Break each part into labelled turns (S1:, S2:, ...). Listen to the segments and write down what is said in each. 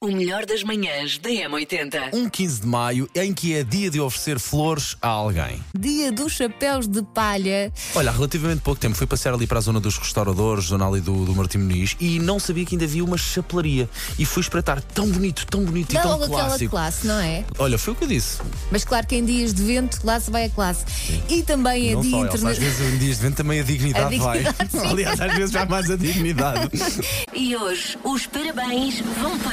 S1: O melhor das manhãs da M80.
S2: Um 15 de maio em que é dia de oferecer flores a alguém.
S3: Dia dos chapéus de palha.
S2: Olha, há relativamente pouco tempo fui passear ali para a zona dos restauradores, zona ali do, do Martim Muniz, e não sabia que ainda havia uma chapelaria. E fui espreitar tão bonito, tão bonito e
S3: Dá
S2: tão
S3: logo aquela
S2: clássico.
S3: classe, não é?
S2: Olha, foi o que eu disse.
S3: Mas claro que em dias de vento, lá se vai a classe. E também é
S2: não
S3: dia
S2: só, Elsa, às
S3: internacional.
S2: vezes em dias de vento também a dignidade,
S3: A dignidade,
S2: vai. Aliás, às vezes já mais a dignidade.
S1: E hoje os parabéns vão para.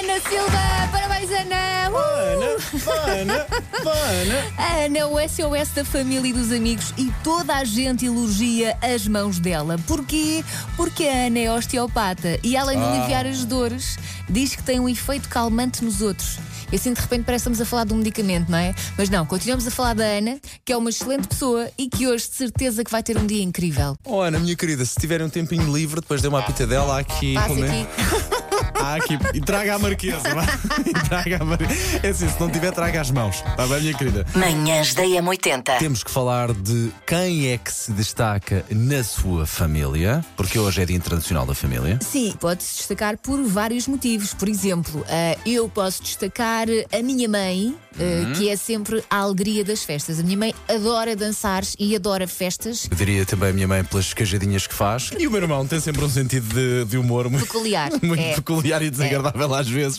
S3: Ana Silva, parabéns, Ana! Uh!
S2: Ana, Ana, Ana.
S3: A Ana é o SOS da família e dos amigos e toda a gente elogia as mãos dela. Porquê? Porque a Ana é osteopata e além de
S2: Ah.
S3: aliviar as dores, diz que tem um efeito calmante nos outros. E assim de repente parece que estamos a falar de um medicamento, não é? Mas não, continuamos a falar da Ana, que é uma excelente pessoa e que hoje de certeza que vai ter um dia incrível.
S2: Oh, Ana, minha querida, se tiverem um tempinho livre, depois dê uma pitadela há aqui.
S3: Passa
S2: né?
S3: aqui.
S2: Há aqui. E traga a marquesa. vá. E traga a marquesa. É assim, se não tiver, traga as mãos. Está bem, minha querida?
S1: Manhãs da M80.
S2: Temos que falar de quem é que se destaca na sua família, porque hoje é Dia Internacional da Família.
S3: Sim, pode-se destacar por vários motivos. Por exemplo, ah, eu posso destacar a minha mãe, ah,
S2: Uhum.
S3: que é sempre a alegria das festas. A minha mãe adora dançar e adora festas
S2: Eu diria também a minha mãe pelas cajadinhas que faz. E o meu irmão tem sempre um sentido de, de humor muito,
S3: peculiar.
S2: muito
S3: É.
S2: peculiar e desagradável às vezes.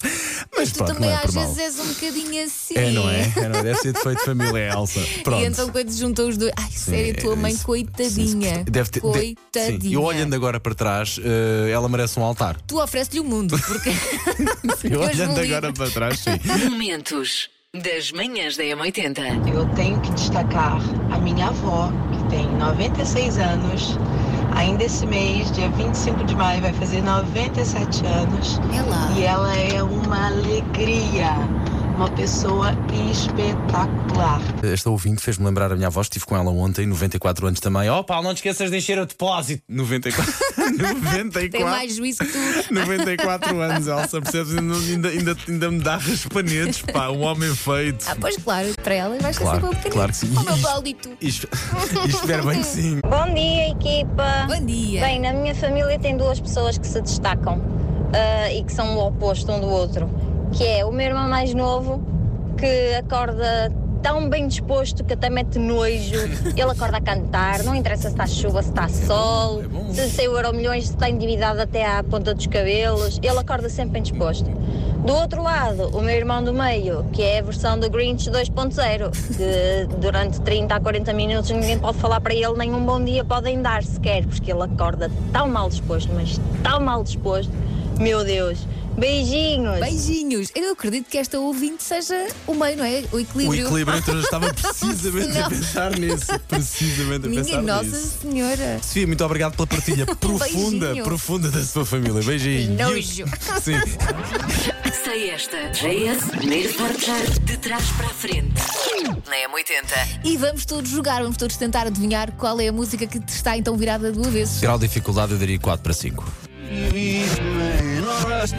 S2: Mas
S3: Tu
S2: pronto,
S3: também
S2: não é por
S3: às
S2: mal.
S3: vezes és um bocadinho assim.
S2: É, não é? é não é? Deve ser defeito de família, Elsa. Pronto.
S3: E então quando se juntam os dois, ai, sério, a tua mãe,
S2: É Isso- sim,
S3: coitadinha.
S2: isso- deve ter, de-
S3: coitadinha.
S2: sim. Eu olhando agora para trás, eh, ela merece um altar.
S3: Tu ofereces-lhe o mundo, porque.
S2: Eu
S3: Deus me
S2: olhando
S3: livre.
S2: agora para trás, sim.
S1: Momentos das manhãs da M80.
S4: Eu tenho que destacar a minha avó, que tem 96 anos. Ainda esse mês, dia 25 de maio, vai fazer 97 anos.
S3: É lá.
S4: E ela é uma alegria, uma pessoa espetacular.
S2: Esta ouvinte fez-me lembrar a minha avó, estive com ela ontem, 94 anos também. Oh, Paulo, não te esqueças de encher o depósito. 94. 94.
S3: Tem mais juízo que tu.
S2: 94 anos, Elsa, percebes? Ainda, ainda, ainda, ainda me dá raspanetes, pá, um homem feito.
S3: Ah, pois claro, para ela vais
S2: Claro,
S3: ser sempre um
S2: claro que sim.
S3: bocadinho. Oh,
S2: Isto-
S3: meu Paulito.
S2: Isto- Espero bem que sim.
S5: Bom dia, equipa.
S3: Bom dia.
S5: Bem, na minha família tem duas pessoas que se destacam ah, e que são o oposto um do outro, que é o meu irmão mais novo, que acorda tão bem disposto que até mete nojo. Ele acorda a cantar, não interessa se está chuva, se está sol,
S2: É bom.
S5: se saiu euro milhões, se está endividado até à ponta dos cabelos. Ele acorda sempre bem disposto. Do outro lado, o meu irmão do meio, que é a versão do Grinch 2.0, que durante 30 a 40 minutos ninguém pode falar para ele, nem um bom dia podem dar sequer, porque ele acorda tão mal disposto, mas tão mal disposto. Meu Deus. Beijinhos.
S3: Beijinhos. Eu acredito que esta ouvinte seja o meio, não é? O
S2: O
S3: equilíbrio.
S2: equilíbrio entre nós estava precisamente a
S3: Não.
S2: pensar nisso. Precisamente a
S3: Minha
S2: pensar
S3: Nossa
S2: nisso.
S3: Senhora.
S2: Sofia, muito obrigado pela partilha profunda,
S3: beijinho.
S2: profunda da sua família. Beijinho.
S3: Nojo.
S2: Sim.
S1: Sei esta. JS, primeiro portar de trás para a frente. Na M80.
S3: E vamos todos jogar, vamos todos tentar adivinhar qual é a música que te está então virada do avesso.
S2: Grau de dificuldade, eu diria 4 para 5.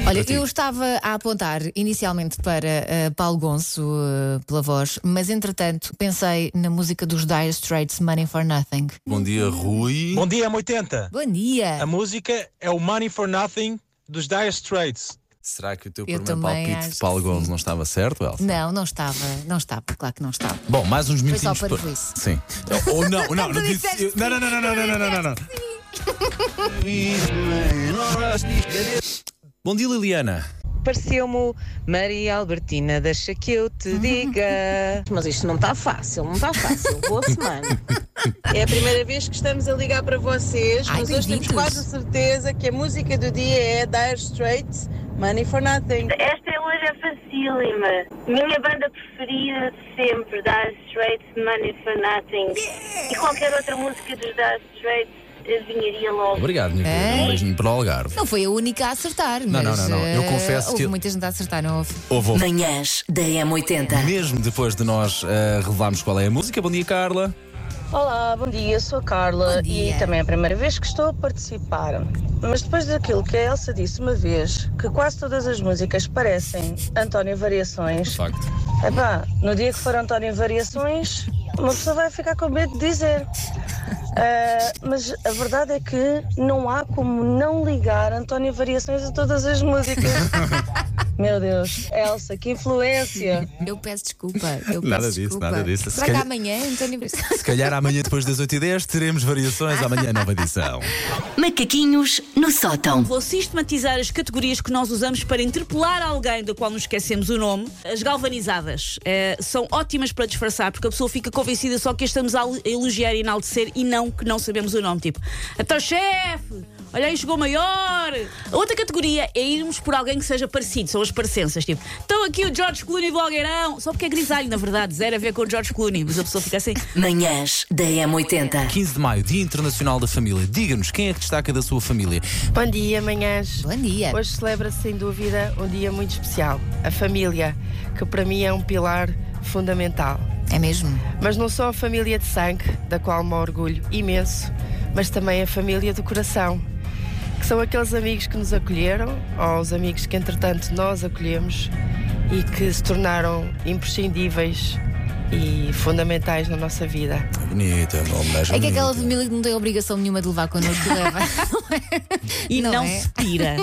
S3: Olha,
S2: ti.
S3: eu estava a apontar inicialmente para eh, Paulo Gonço eh, pela voz, mas entretanto pensei na música dos Dire Straits Money for Nothing.
S2: Bom dia, Rui.
S6: Bom dia, M80.
S3: Bom dia!
S6: A música é o Money for Nothing dos Dire Straits.
S2: Será que o teu
S3: Eu
S2: primeiro
S3: também
S2: palpite
S3: acho
S2: de
S3: que
S2: Paulo
S3: sim.
S2: Gonzo não estava certo, Elsa?
S3: Não, não estava, não estava, claro que não estava.
S2: Bom, mais uns
S3: só
S2: minutinhos
S3: para
S2: pa-
S3: juízo.
S2: Sim. Ou não, não, não
S3: Tu
S2: disse.
S3: disseste
S2: eu- Não, não, não, não, não, não, não, não, não. Bom dia, Liliana.
S7: Pareceu-me Maria Albertina, deixa que eu te diga. Mas isto não está fácil, não está fácil. Boa semana. É a primeira vez que estamos a ligar para vocês,
S3: Ai,
S7: mas hoje temos
S3: benditos.
S7: quase a certeza que a música do dia é Dire Straits, Money for Nothing.
S8: Esta hoje é facílima. Minha banda preferida de sempre, Dire Straits, Money for Nothing. E qualquer outra música dos Dire Straits adivinharia logo.
S2: Obrigado, minha querida. Um
S3: Ei.
S2: beijinho para o Algarve.
S3: Não foi a única a acertar,
S2: Não,
S3: mas
S2: não, não, não. Eu
S3: eh,
S2: confesso que
S3: houve
S2: eu-
S3: muita gente a acertar, não houve?
S2: Ouve, ouve.
S1: Manhãs da M80.
S2: Mesmo depois de nós eh, revelarmos qual é a música. Bom dia, Carla.
S9: Olá, bom dia, sou a
S3: Bom
S9: Carla
S3: dia.
S9: e também é a primeira vez que estou a participar. Mas depois daquilo que a Elsa disse uma vez, que quase todas as músicas parecem António
S2: De
S9: Variações,
S2: facto.
S9: epá, no dia que for António Variações, uma pessoa vai ficar com medo de dizer. Ah, mas a verdade é que não há como não ligar António Variações a todas as músicas.
S5: Meu Deus, Elsa, que influência!
S3: Eu peço desculpa. Eu
S2: Nada
S3: peço
S2: disso,
S3: desculpa.
S2: nada disso. Se
S3: Será
S2: calhar-
S3: que amanhã, António Brito?
S2: Se calhar amanhã, depois das 8h10, teremos variações. Amanhã, nova edição.
S1: Macaquinhos no sótão.
S10: Vou sistematizar as categorias que nós usamos para interpelar alguém do qual nos esquecemos o nome. As galvanizadas eh, são ótimas para disfarçar, porque a pessoa fica convencida só que a estamos a el- a elogiar e enaltecer e não que não sabemos o nome. Tipo, então chefe, olha aí, chegou maior. A outra categoria é irmos por alguém que seja parecido, são as parecenças. Tipo, estão aqui o George Clooney do Algueirão, só porque é grisalho, na verdade, zero a ver com o George Clooney, mas a pessoa fica assim.
S1: Manhãs da M80.
S2: 15 de maio, Dia Internacional da Família. Diga-nos quem é que destaca da sua família.
S9: Bom dia, manhãs.
S3: Bom dia.
S9: Hoje celebra-se, sem dúvida, um dia muito especial. A família, que para mim é um pilar fundamental.
S3: É mesmo?
S9: Mas não só a família de sangue, da qual me orgulho imenso, mas também a família do coração, que são aqueles amigos que nos acolheram, ou os amigos que, entretanto, nós acolhemos e que se tornaram imprescindíveis e fundamentais na nossa vida.
S2: Bonita, uma homenagem.
S3: É que aquela
S2: bonita.
S3: família que não tem obrigação nenhuma de levar connosco leva.
S10: E
S3: Não
S10: não,
S3: é?
S10: se pira.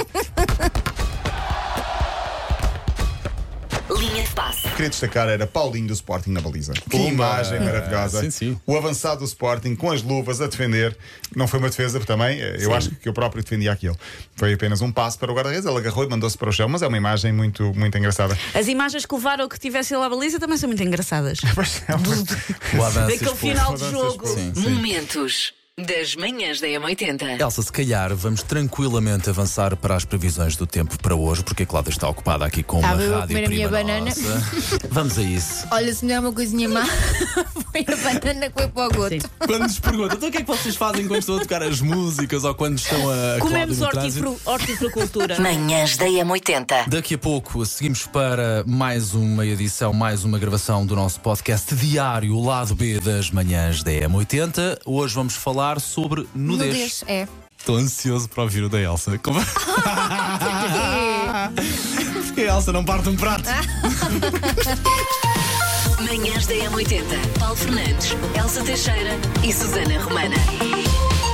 S1: Linha de passe.
S11: queria destacar era Paulinho do Sporting na baliza. Que
S2: Pumba!
S11: imagem maravilhosa.
S2: Sim, sim.
S11: O avançado do Sporting com as luvas a defender. Não foi uma defesa porque também, eh, eu acho que eu próprio defendia aquilo. Foi apenas um passo para o guarda-redes, ele agarrou e mandou-se para o chão, mas é uma imagem muito, muito engraçada.
S10: As imagens que levaram que tivessem lá a baliza também são muito engraçadas.
S11: Pois é,
S2: O avanço
S10: Daquele
S2: expulso.
S10: final de
S11: Mudanças
S10: jogo.
S11: por-
S1: Momentos das manhãs da M80.
S2: Elsa, se calhar vamos tranquilamente avançar para as previsões do tempo para hoje, porque a Cláudia está ocupada aqui com uma
S3: Estava eu a
S2: rádio
S3: comer a minha
S2: prima
S3: banana.
S2: nossa. Vamos a isso.
S3: Olha, se não é uma coisinha má, foi a banana que foi para o goto.
S2: Quando nos perguntam, então o que é que vocês fazem quando estão a tocar as músicas ou quando estão a. a
S10: Comemos
S2: Cláudia no trânsito?
S10: hortifru- hortifrucultura.
S1: Manhãs da M80.
S2: Daqui a pouco seguimos para mais uma edição, mais uma gravação do nosso podcast diário, o lado B das manhãs da M80. Hoje vamos falar sobre nudez.
S3: Nudez, é.
S2: Estou ansioso para ouvir o da Elsa. Como- Porque a Elsa não parte um prato.
S1: Manhãs da M80. Paulo Fernandes, Elsa Teixeira e Susana Romana.